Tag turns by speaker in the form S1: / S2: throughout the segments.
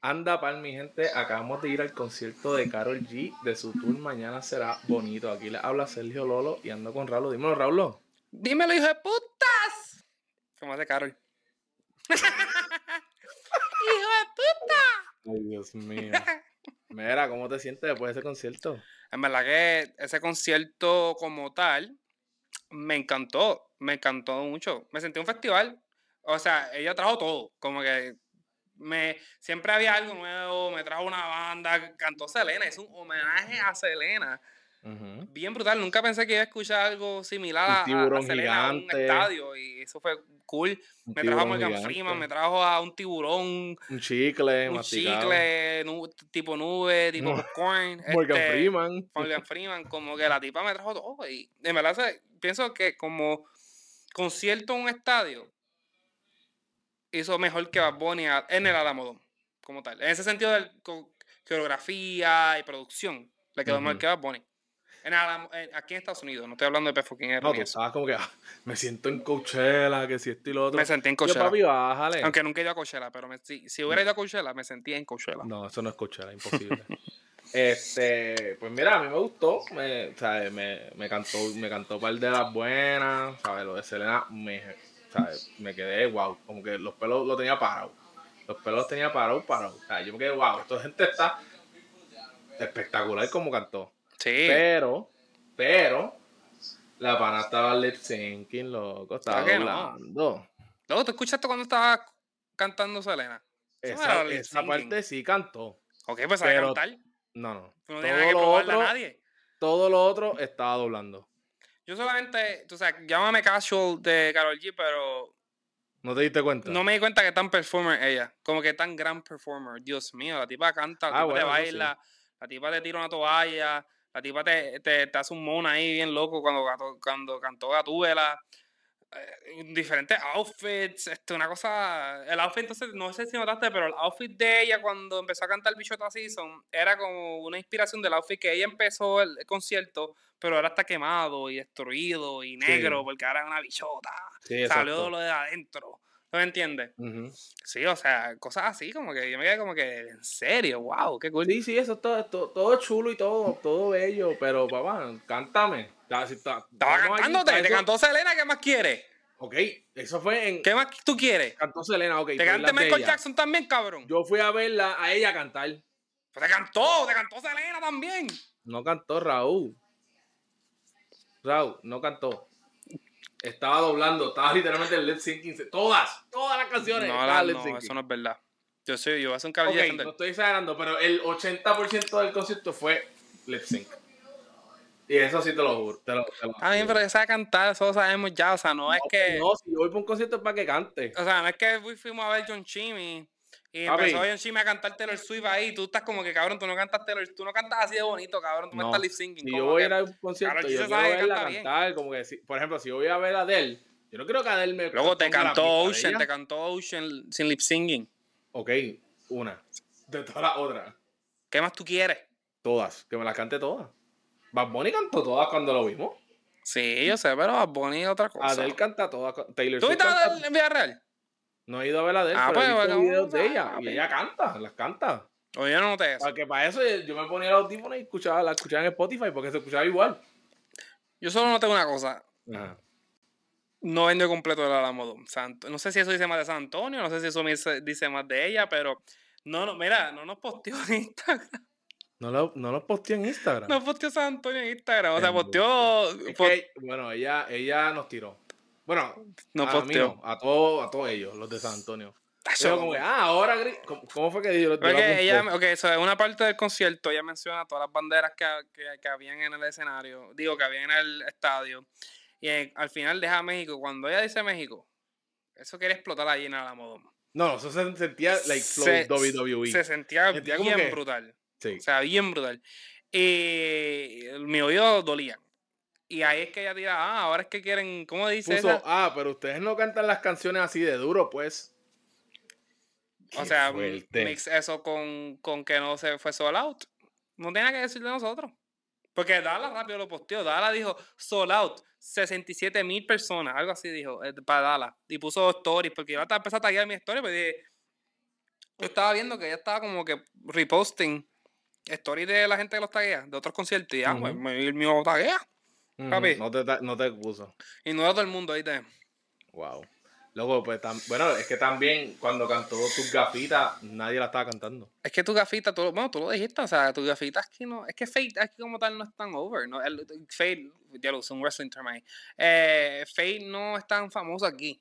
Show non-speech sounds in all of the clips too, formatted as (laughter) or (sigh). S1: Anda pal, mi gente, acabamos de ir al concierto de Carol G de su tour Mañana será bonito. Aquí les habla Sergio Lolo y ando con Raulo. Dímelo, Raulo.
S2: Dímelo, hijo de putas. ¿Cómo hace (laughs) Carol? hijo de puta.
S1: Ay, Dios
S2: (laughs)
S1: mío. Mira, ¿cómo te sientes después de ese concierto?
S2: En verdad que ese concierto como tal me encantó, me encantó mucho. Me sentí en un festival. O sea, ella trajo todo, como que me siempre había algo nuevo, me trajo una banda, cantó Selena, es un homenaje a Selena.
S1: Ujú.
S2: Bien brutal, nunca pensé que iba a escuchar algo similar a,
S1: Un tiburón
S2: a Selena en un
S1: gigante.
S2: estadio y eso fue cool.
S1: Un
S2: Me trajo a
S1: tiburón
S2: Morgan
S1: gigante,
S2: Freeman, me trajo a un tiburón,
S1: Un chicle,
S2: un
S1: masticado.
S2: chicle, nu- tipo nube, tipo
S1: No.
S2: popcorn.
S1: (laughs) Morgan
S2: este,
S1: Freeman.
S2: Morgan Freeman, como que la tipa me trajo todo. Y de verdad, se- pienso que como concierto en un estadio hizo mejor que Bad Bunny a- en el Alamodón, como tal. En ese sentido de coreografía y producción, le quedó mejor
S1: Ujú.
S2: que Bad Bunny. En el Alamo- en- aquí en Estados Unidos, no estoy hablando de Perfucking
S1: No, tú estabas como que ah, me siento en Coachella, que si esto y lo otro.
S2: Me sentí en
S1: Yo,
S2: Coachella.
S1: papi, bájale.
S2: Aunque nunca he ido a Coachella, pero me- si, si
S1: Mm.
S2: hubiera ido a Coachella, me sentía en Coachella.
S1: No, eso no es Coachella, imposible. (laughs) este, pues mira, a mí me gustó, me, ¿sabes? Me, me cantó, me cantó un par de las buenas, ¿sabes? Lo de Selena me, ¿sabes? me quedé wow, como que los pelos lo tenía parado. Los pelos los tenía parado, parado. O sea, yo me quedé wow, esta gente está espectacular como cantó.
S2: Sí.
S1: Pero, pero, la pana estaba lip syncing, loco, estaba
S2: Claro que no.
S1: doblando.
S2: Luego, ¿tú escuchaste cuando estaba cantando Selena? Eso no
S1: Esa,
S2: era lip
S1: esa
S2: syncing.
S1: parte sí cantó.
S2: Ok, pues sabe
S1: Pero
S2: cantar.
S1: No, no.
S2: No
S1: Todo
S2: tiene nada que
S1: lo
S2: probarle
S1: otro-
S2: a nadie.
S1: Todo lo otro estaba doblando.
S2: Yo solamente, tú sabes, llámame casual de Carol G, pero
S1: ¿No te diste cuenta?
S2: no me di cuenta que tan performer ella. Como que tan gran performer. Dios mío, la tipa canta, la
S1: Ah,
S2: tipa te
S1: bueno, eso sí.
S2: baila, la tipa te tira una toalla, la tipa te, te, te hace un mono ahí bien loco cuando, gato- cuando cantó Gatúbela. eh, diferentes outfits, este, una cosa. El outfit, entonces, no sé si notaste, pero el outfit de ella cuando empezó a cantar Bichota Season era como una inspiración del outfit que ella empezó el, el concierto, pero ahora está quemado y destruido y negro porque ahora es una bichota.
S1: Sí,
S2: Salió de
S1: exacto.
S2: lo de adentro. ¿No me entiendes?
S1: Ujú.
S2: Sí, o sea, cosas así, como que yo me quedé como que, en serio, wow, qué cool.
S1: Pues Sí, sí, eso está todo, todo chulo y todo, todo bello, pero papá, cántame. Estaba
S2: Estaba cantándote, te cantó Selena, ¿qué más quieres?
S1: Ok, eso fue en...
S2: ¿Qué más tú quieres?
S1: Cantó Selena, ok.
S2: Te
S1: fue en
S2: cante
S1: las de
S2: Michael
S1: ella.
S2: Jackson también, cabrón.
S1: Yo fui a verla, a ella cantar.
S2: Pues te cantó, te cantó Selena también.
S1: No cantó Raúl. Raúl, no cantó. Estaba doblando, estaba literalmente en lip syncing. Todas, todas las
S2: No,
S1: canciones.
S2: la-
S1: estaban lip
S2: no,
S1: syncing.
S2: eso no es verdad. Yo soy, yo voy a hacer un cabello
S1: Ok, no estoy exagerando, pero el 80% del concierto fue lip sync. Y eso sí te lo juro. Te lo, te lo
S2: Está Ah, bien,
S1: juro.
S2: pero ya sabe cantar, eso lo sabemos ya. O sea, no, es
S1: No,
S2: que.
S1: No, si yo voy para un concierto es para que cante.
S2: O sea, no es que fui- fuimos a ver John Chimmy y
S1: Papi.
S2: empezó John Chimmy a cantar Taylor Swift ahí. Tú estás como que, cabrón, tú no cantas Taylor tú no cantas así de bonito, cabrón. Tú me
S1: No,
S2: estás lip synging.
S1: Si
S2: como
S1: yo voy a ir
S2: que-
S1: a un concierto,
S2: Karol G
S1: yo
S2: se
S1: quiero
S2: sabe que
S1: verla
S2: canta bien.
S1: cantar. Como que, si, por ejemplo, si yo voy a ver a Adele, yo no quiero que Adele me.
S2: Luego te
S1: ponga la
S2: cantó
S1: pista de
S2: Ocean,
S1: ella.
S2: te cantó Ocean sin lip synging.
S1: Ok, una. De todas las otras.
S2: ¿Qué más tú quieres?
S1: Todas. Que me las cante todas. Bad Bunny cantó todas cuando lo vimos.
S2: Sí, yo sé, pero Bad Bunny es otra cosa.
S1: Adele canta todas. Taylor
S2: ¿Tú
S1: Swift
S2: viste
S1: canta
S2: a Adele en vida real?
S1: No he ido a ver a Adele,
S2: Ah,
S1: pero he
S2: pues,
S1: visto
S2: bueno,
S1: videos de
S2: vamos
S1: ella.
S2: a
S1: Y
S2: ver.
S1: ella canta, las canta.
S2: O yo no noté eso.
S1: Porque para eso yo me ponía los audífonos y escuchaba, la escuchaba en Spotify porque se escuchaba igual.
S2: Yo solo noté una cosa.
S1: Ajá.
S2: no vendió completo el Alamodón. Santo, no sé si eso dice más de San Antonio, no sé si eso me dice, dice más de ella, pero no, no, mira, no nos posteó en Instagram.
S1: No lo, no lo posteé en Instagram.
S2: No pues, posteó San Antonio en Instagram. O sea,
S1: Bendito.
S2: posteó.
S1: Es
S2: po-
S1: que, bueno, ella, ella nos tiró. Bueno,
S2: no
S1: a mí
S2: posteó.
S1: no, a todos a todos ellos, los de San Antonio.
S2: Tacho,
S1: Yo como que, ah, ahora, gri- ¿cómo, cómo fue que dijo? Yo lo
S2: Porque
S1: apunté.
S2: ella, ok, so, en una parte del concierto ella menciona todas las banderas que, que- que habían en el escenario, digo, que habían en el estadio. Y eh, al final deja México. Cuando ella dice México, eso quiere explotar allí en Alamodón.
S1: No, eso se sentía like flow WWE.
S2: se sentía
S1: Sentía como
S2: bien
S1: que-
S2: brutal.
S1: sí.
S2: O sea, bien brutal. Y mi oído dolía. Y ahí es que ella tira, ah, ahora es que quieren, ¿cómo dice
S1: Puso,
S2: esa?
S1: ah, pero ustedes no cantan las canciones así de duro, pues.
S2: O
S1: Qué
S2: sea,
S1: fuerte.
S2: mix eso con, con que no se fue sold out. No tiene nada que decir de nosotros. Porque Dala rápido lo posteó. Dala dijo sold out, 67 mil personas, algo así dijo, eh, para Dala. Y puso stories, porque yo hasta empecé a taggear mi story, pero dije, pues yo estaba viendo que ella estaba como que reposting stories de la gente que los taguea, de otros conciertos. Y ah,
S1: Ujú.
S2: pues, me- el mío taguea.
S1: Ujú,
S2: Papi.
S1: No te, ta- no te excuso.
S2: Y no era todo el mundo, ahí te.
S1: Wow. Luego, pues, tam- bueno, es que también cuando cantó tus gafitas, nadie la estaba cantando.
S2: Es que tu gafita, tú, lo- bueno, tú lo dijiste, o sea, tu gafita es que no, es que Fate es que como tal no es tan over, ¿no? El, Fate, ya lo usé un wrestling term ahí. Eh, Fate no es tan famoso aquí,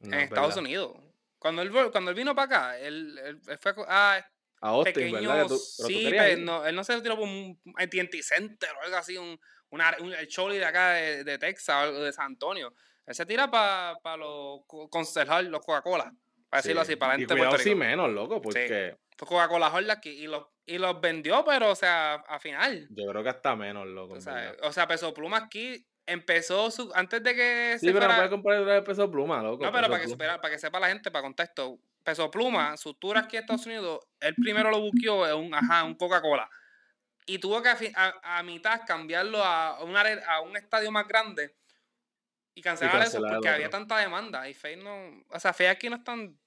S1: No, es
S2: en Estados
S1: verdad.
S2: Unidos. Cuando él, vol- cuando él vino para acá, él, él- él fue a co- a
S1: A Austin, ¿verdad?
S2: pequeño,
S1: Que tú- pero tú
S2: sí,
S1: querías
S2: pero
S1: ir.
S2: no, él no se tiró por un AT&T Center o algo así, un, una, un el Choli de acá de, de Texas o algo de San Antonio. Él se tira para los concejal, los Coca-Cola, para decirlo
S1: Sí.
S2: así, para la
S1: Y
S2: gente de
S1: cuidado
S2: Puerto
S1: si
S2: Rico.
S1: menos, loco, porque
S2: Fue Coca-Cola Jordan que- y los, y los vendió, pero, o sea, a final.
S1: yo creo que hasta menos, loco.
S2: O
S1: en
S2: sea,
S1: verdad.
S2: o sea, Peso Pluma aquí empezó su, antes de que
S1: Sí,
S2: se
S1: pero no
S2: fuera-
S1: puedes comprar otra vez peso pluma, loco.
S2: No, pero
S1: Peso
S2: para que,
S1: Pluma.
S2: supera- para que sepa la gente, para contexto, Peso Pluma, su tour aquí en Estados Unidos, él primero lo buqueó en un, ajá, un Coca-Cola. Y tuvo que a, fi- a- a mitad cambiarlo a, un are- a un estadio más grande y cancelar,
S1: cancelar
S2: eso
S1: el
S2: porque había
S1: otro.
S2: tanta demanda. Y Faye no. O sea, Faye aquí no es tan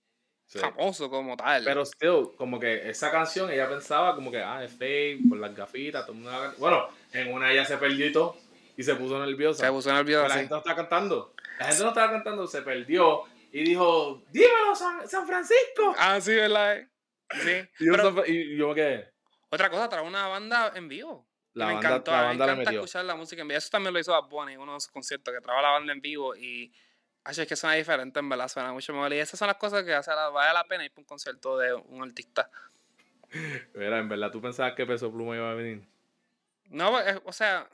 S1: Sí.
S2: famoso como tal.
S1: Pero still, como que esa canción ella pensaba como que, ah, es fake, por las gafitas, todo el mundo la canta. Bueno, en una ella se perdió y todo, y se puso nerviosa.
S2: se puso
S1: Pero
S2: nervioso.
S1: la
S2: sí.
S1: gente no estaba cantando. La gente no estaba cantando, se perdió y dijo, dímelo, San, San Francisco.
S2: Ah, sí, ¿verdad? eh? Sí.
S1: Y yo,
S2: Pero
S1: San Fra- y- y yo me quedé.
S2: otra cosa, trae una banda en vivo. que
S1: La
S2: me
S1: banda,
S2: encantó,
S1: la
S2: a mí
S1: banda
S2: me
S1: le
S2: encanta
S1: metió.
S2: escuchar la música en vivo. Eso también lo hizo Bad Bunny en uno de sus conciertos, que traba la banda en vivo y... Ay, es que suena diferente, en verdad, suena mucho mejor. Y esas son las cosas que hace la- vale la pena ir para un concierto de un artista.
S1: Mira, en verdad, ¿tú pensabas que Peso Pluma iba a venir?
S2: No, pues, eh, o sea,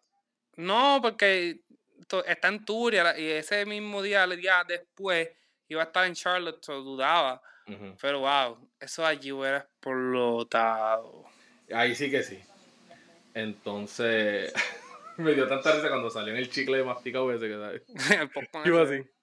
S2: no, porque to- está en tour y a la- y ese mismo día, el día después, iba a estar en Charlotte, so dudaba.
S1: Ujú.
S2: Pero wow, eso allí hubiera explotado. (laughs)
S1: Ahí sí que sí. Entonces, (laughs) me dio tanta risa cuando salió en el chicle de masticado ese que ¿sabes?
S2: El popcorn
S1: Iba
S2: ese.
S1: así.
S2: (laughs)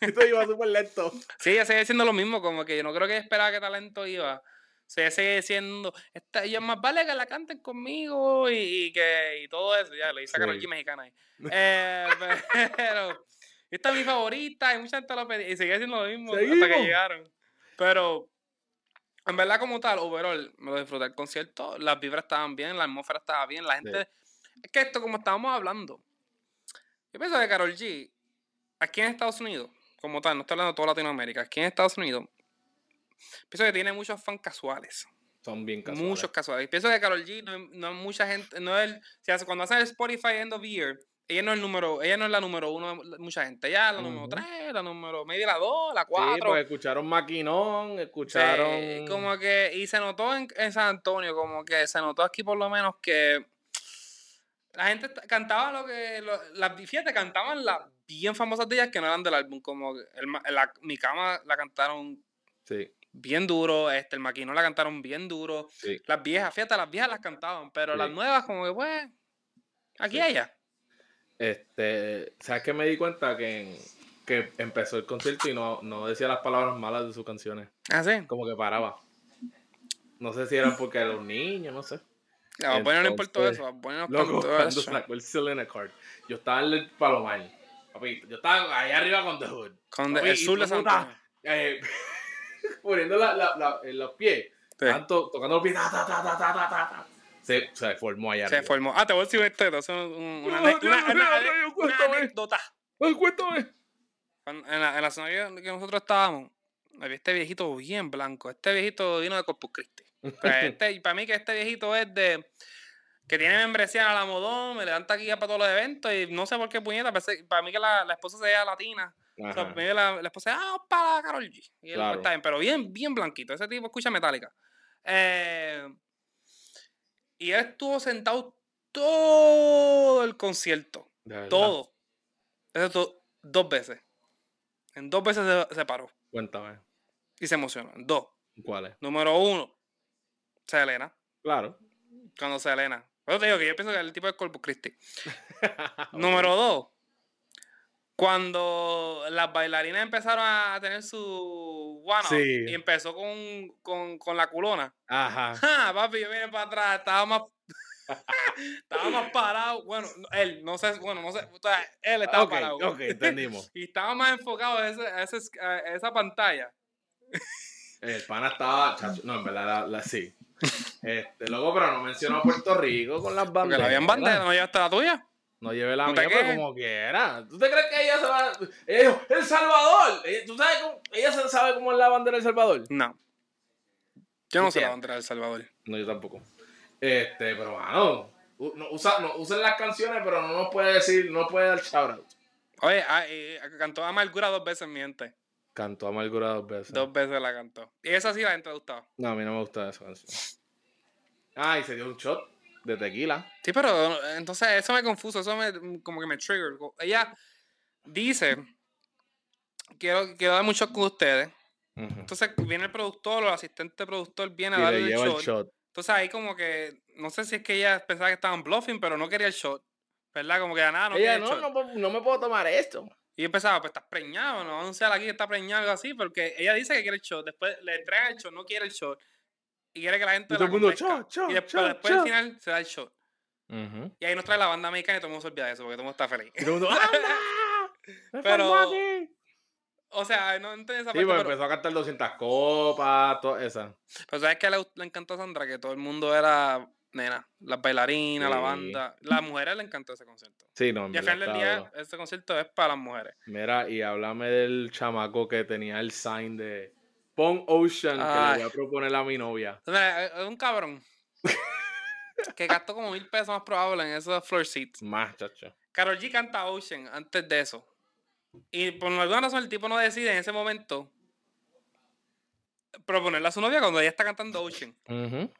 S1: Esto iba súper lento.
S2: Sí, ella sigue siendo lo mismo, como que yo no creo que ella esperaba que talento iba. O sea, ella sigue diciendo, esta, yo más vale que la canten conmigo y, y que y todo eso. Ya le hice a Karol G
S1: Sí.
S2: mexicana ahí. Eh, (laughs) pero esta es mi favorita, y mucha gente lo pedía, y sigue siendo lo mismo hasta que
S1: Seguimos.
S2: llegaron. Pero en verdad, como tal, overall, me lo disfruté el concierto, las vibras estaban bien, la atmósfera estaba bien, la gente. Es que esto, como estábamos hablando, yo pienso que Carol G, aquí en Estados Unidos, como tal, no estoy hablando de toda Latinoamérica, aquí en Estados Unidos, pienso que tiene muchos fans casuales.
S1: Son bien casuales.
S2: Muchos casuales. Pienso que Carol G no, no es mucha gente, no es el, si hace- cuando hacen el Spotify End of Year, ella no es el número, ella no es la número uno de la- mucha gente. Ella es la número
S1: Ujú.
S2: tres, la número media, la dos, la
S1: Sí,
S2: cuatro.
S1: porque escucharon Maquinón,
S2: Sí,
S1: escucharon.
S2: como que, y se notó en, en San Antonio, como que se notó aquí por lo menos que la gente ta- cantaba lo que, lo- las, fíjate, cantaban las bien famosas de ellas que no eran del álbum, como que el ma- la- Mi Cama la cantaron
S1: Sí,
S2: bien duro, este, el Maquino la cantaron bien duro,
S1: sí.
S2: las viejas, fíjate, las viejas las cantaban, pero las
S1: Sí.
S2: nuevas como que, pues, aquí
S1: Sí.
S2: ella.
S1: Este, ¿sabes qué me di cuenta? Que, en- que empezó el concierto y no, no decía las palabras malas de sus canciones.
S2: Así,
S1: Como que paraba. No sé si eran porque los niños, no sé.
S2: le va a poner no importó
S1: Entonces,
S2: eso, va a poner no
S1: Loco,
S2: importó
S1: cuando
S2: eso.
S1: sacó el Selena Card, yo estaba en el Palomar. Papi, yo estaba allá arriba con The Hood.
S2: Con de-
S1: Papi,
S2: el
S1: y
S2: sur de
S1: tú
S2: San
S1: notas-
S2: Antonio.
S1: Eh, (laughs) poniendo la, la, la- en los pies.
S2: Sí.
S1: Tanto, tocando los pies. ta, ta, ta, ta, ta, ta, ta. Se, se formó allá
S2: Se
S1: arriba.
S2: formó. Ah, te voy a decir esto. esto es un- un- una,
S1: No,
S2: ane-
S1: Dios
S2: una-
S1: mío,
S2: una-
S1: rayo,
S2: una
S1: cuéntame.
S2: anécdota.
S1: Ay, cuéntame.
S2: Cuando- En la, en la zona que que nosotros estábamos, había este viejito bien blanco. Este viejito vino de Corpus Christi. O
S1: (laughs)
S2: sea, este, y para mí que este viejito es de... Que tiene membresía en Alamodón, me levanta aquí para todos los eventos y no sé por qué puñeta. parece- Para mí que la, la esposa sea latina. O sea,
S1: Ajá.
S2: para mí que la, la esposa ah, para Carol G. Y él, pues,
S1: Claro.
S2: está bien, pero bien, bien blanquito. Ese tipo escucha metálica. y él estuvo sentado todo el concierto.
S1: De verdad.
S2: Todo. Eso to- dos veces. En dos veces se, se paró
S1: Cuéntame.
S2: y se emocionó. En dos.
S1: ¿Cuál es? (laughs)
S2: Número uno, Selena.
S1: Claro.
S2: Cuando Selena. Pero te digo que yo pienso que el tipo es Corpus Christi. Número dos, cuando las bailarinas empezaron a tener su one
S1: Sí.
S2: y empezó con, con, con la culona.
S1: Ajá.
S2: ¡Ja! Papi, yo vine para atrás, estaba más. (laughs) estaba más parado. Bueno, él, no sé, bueno, no sé. o sea, Él estaba
S1: Ok,
S2: parado. (laughs)
S1: ok, entendimos.
S2: Y estaba más enfocado a, ese- a ese- a esa pantalla.
S1: El pana estaba. chacho, No, en verdad, la, la- sí. Este, loco, pero no mencionó a Puerto Rico con las
S2: Porque
S1: banderas.
S2: la habían bandera, no llevaste la tuya.
S1: No lleve la
S2: No te
S1: mía, pero
S2: quejes.
S1: como quiera. ¿Tú te crees que ella se va.? Ella dijo, ¡El Salvador! Ella- ¿Tú sabes cómo, ella se- sabe cómo es la bandera del Salvador?
S2: No. Yo
S1: ¿Y
S2: no sé
S1: qué?
S2: la bandera del Salvador.
S1: No, yo tampoco. Este, pero mano. u- No, usa, no, usen las canciones, pero no nos puede decir, no puede dar shout out.
S2: Oye, ah, eh, cantó Amargura dos veces, miente.
S1: Cantó Amargura dos veces.
S2: Dos veces la cantó. Y esa sí la gente le gustaba.
S1: No, a mí no me gusta esa canción. Ah, y se dio un shot de tequila.
S2: Sí, pero eh, entonces eso me confuso, eso me, como que me trigger. Co- Ella dice, quiero, quiero dar mucho con ustedes. Entonces viene el productor o el asistente productor viene a
S1: Y le
S2: darle el
S1: lleva el
S2: shot.
S1: shot.
S2: Entonces ahí como que, no sé si es que ella pensaba que estaban bluffing, pero no quería el shot. ¿Verdad? Como que de nada, no quería
S1: Ella,
S2: el
S1: no,
S2: shot.
S1: no, po- no me puedo tomar esto.
S2: Y yo pensaba, pues estás preñado, no anunciar aquí que está preñado algo así, porque ella dice que quiere el shot, después le entrega el shot, no quiere el shot, y quiere que la gente
S1: Y todo
S2: la
S1: el mundo,
S2: complazca.
S1: "Shot, shot,
S2: Y después,
S1: shot,
S2: después
S1: shot".
S2: al final se da el shot. Y ahí nos trae la banda mexicana y todo el mundo se olvida de eso, porque todo el mundo está feliz.
S1: Y todo el mundo, (laughs) "Ah". ¡anda! ¡Me
S2: Pero-
S1: formó aquí!
S2: (laughs) O sea, no entendí esa
S1: Sí,
S2: parte,
S1: pues
S2: pero,
S1: empezó a cantar 200 copas, todas esas.
S2: pero ¿sabes qué le, gust- le encantó a Sandra? Que todo el mundo era, nena, las bailarinas, la
S1: Sí.
S2: banda, las mujeres le encantó ese concierto.
S1: Sí, no, en
S2: Y
S1: verdad
S2: al final del
S1: estaba
S2: día,
S1: duro.
S2: este concierto es para las mujeres.
S1: Mira, y háblame del chamaco que tenía el sign de Pon Ocean, que
S2: Ay.
S1: le voy a proponer a mi novia.
S2: Entonces, mira, es- es un cabrón que gastó como mil pesos más probable en esos floor seats.
S1: Más, chacho.
S2: Carol G canta Ocean antes de eso. Y por alguna razón el tipo no decide en ese momento proponerle a su novia cuando ella está cantando Ocean.
S1: Ujú.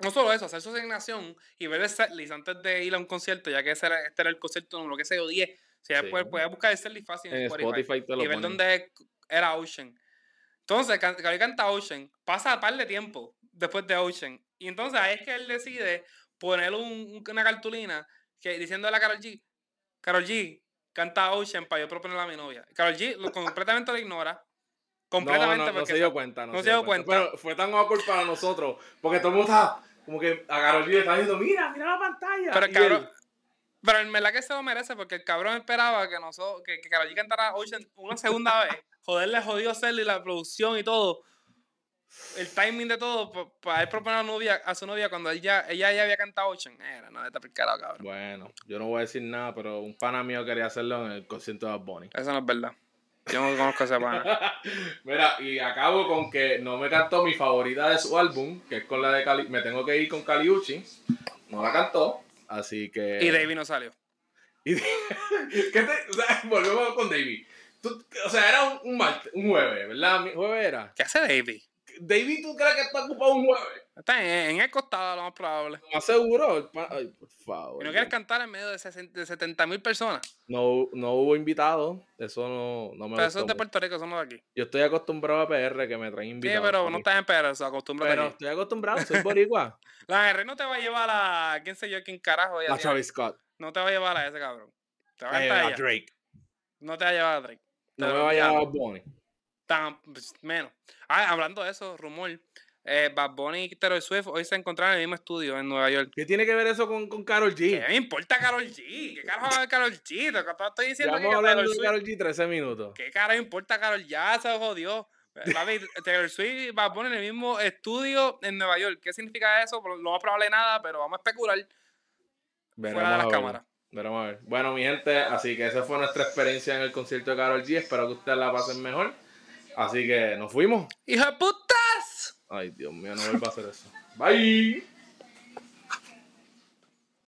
S2: No solo eso, hacer su asignación y ver el setlist antes de ir a un concierto, ya que ese era- este era el concierto número que se dio 10. O sea,
S1: Sí.
S2: puedes, puedes buscar el setlist fácil en,
S1: En
S2: Spotify,
S1: Spotify te Este lo
S2: y ver
S1: ponen.
S2: dónde era Ocean. Entonces, can- Carol G canta Ocean, pasa un par de tiempo después de Ocean. Y entonces ahí es que él decide poner un- una cartulina que, diciéndole a Carol G, Carol G, canta Ocean para yo proponerle a mi novia. Carol G lo, completamente lo ignora.
S1: no,
S2: Completamente
S1: no, no
S2: porque
S1: se dio
S2: sa-
S1: cuenta. No,
S2: no se dio cuenta.
S1: Pero fue tan awkward para nosotros, porque todo el mundo estaba como que a Carol G le estaba diciendo, mira, mira la pantalla.
S2: Pero el
S1: Y
S2: cabrón.
S1: él,
S2: Pero en verdad que se lo merece porque el cabrón esperaba que nosotros, que, que Karol G cantara Ocean una segunda vez. Joderle jodió hacerle la producción y todo. El timing de todo pa- para él proponer a, novia, a su novia cuando él ya- ella ya había cantado Ocean. Era, no, está picado, cabrón.
S1: Bueno, yo no voy a decir nada, pero un pana mío quería hacerlo en el concierto de Bad Bunny.
S2: Eso no es verdad. Yo no conozco a ese pana.
S1: (laughs) Mira, y acabo con que no me cantó mi favorita de su álbum, que es con la de Cali. Me tengo que ir con Caliucci. No la cantó, así que.
S2: Y David no salió.
S1: Y- (laughs) ¿Qué te- o sea, (laughs) volvemos con David. Tú- o sea, era un, un mart- un jueves, ¿verdad? Mi- ¿Jueves era?
S2: ¿Qué hace David?
S1: David, ¿tú crees que está ocupado un jueves?
S2: Está en, en el costado, lo más probable.
S1: Más seguro. el pa- Ay, por favor.
S2: Y no quieres cantar en medio de, 60 de 70 mil personas.
S1: No, no hubo invitado. Eso no, no me
S2: Pero eso es
S1: gustó
S2: de
S1: mucho.
S2: Puerto Rico, eso no es de aquí.
S1: Yo estoy acostumbrado a PR que me traen
S2: Sí,
S1: invitados.
S2: pero
S1: papi.
S2: no estás en Pérez, acostúmbrate.
S1: Pero
S2: aquí.
S1: estoy acostumbrado, (laughs) soy boricua.
S2: La R no te va a llevar a quién sé yo quién carajo. ella
S1: La
S2: tiene.
S1: Travis Scott.
S2: No te va a llevar a ese cabrón. Te va a
S1: Eh,
S2: cantar
S1: a
S2: ella.
S1: Drake.
S2: No te va a llevar a Drake.
S1: No
S2: Te
S1: me
S2: lo
S1: vaya a
S2: olvidamos.
S1: Bad Bunny.
S2: Tan, pues, menos. Ah, hablando de eso, rumor. Eh, Bad Bunny y Taylor Swift hoy se encontraron en el mismo estudio en Nueva York.
S1: ¿Qué tiene que ver eso con, con Carol
S2: ¿Qué
S1: G?
S2: me importa Carol G? ¿Qué carajo va a ver Carol G? Te- te Estoy
S1: Ya
S2: diciendo
S1: vamos
S2: aquí que Taylor
S1: hablando de
S2: Swift.
S1: Carol G 13 minutos.
S2: ¿Qué carajo importa Carol? Ya se jodió. Eh, Papi, Taylor Swift y Bad Bunny en el mismo estudio en Nueva York. ¿Qué significa eso? Por- No va a probable nada, pero vamos a especular fuera de
S1: a
S2: las
S1: ver.
S2: cámaras.
S1: Veremos a ver. Bueno, mi gente, así que esa fue nuestra experiencia en el concierto de Carol G. Espero que ustedes la pasen mejor. Así que nos fuimos.
S2: ¡Hijo de putas!
S1: Ay, Dios mío, no vuelva a hacer eso. Bye.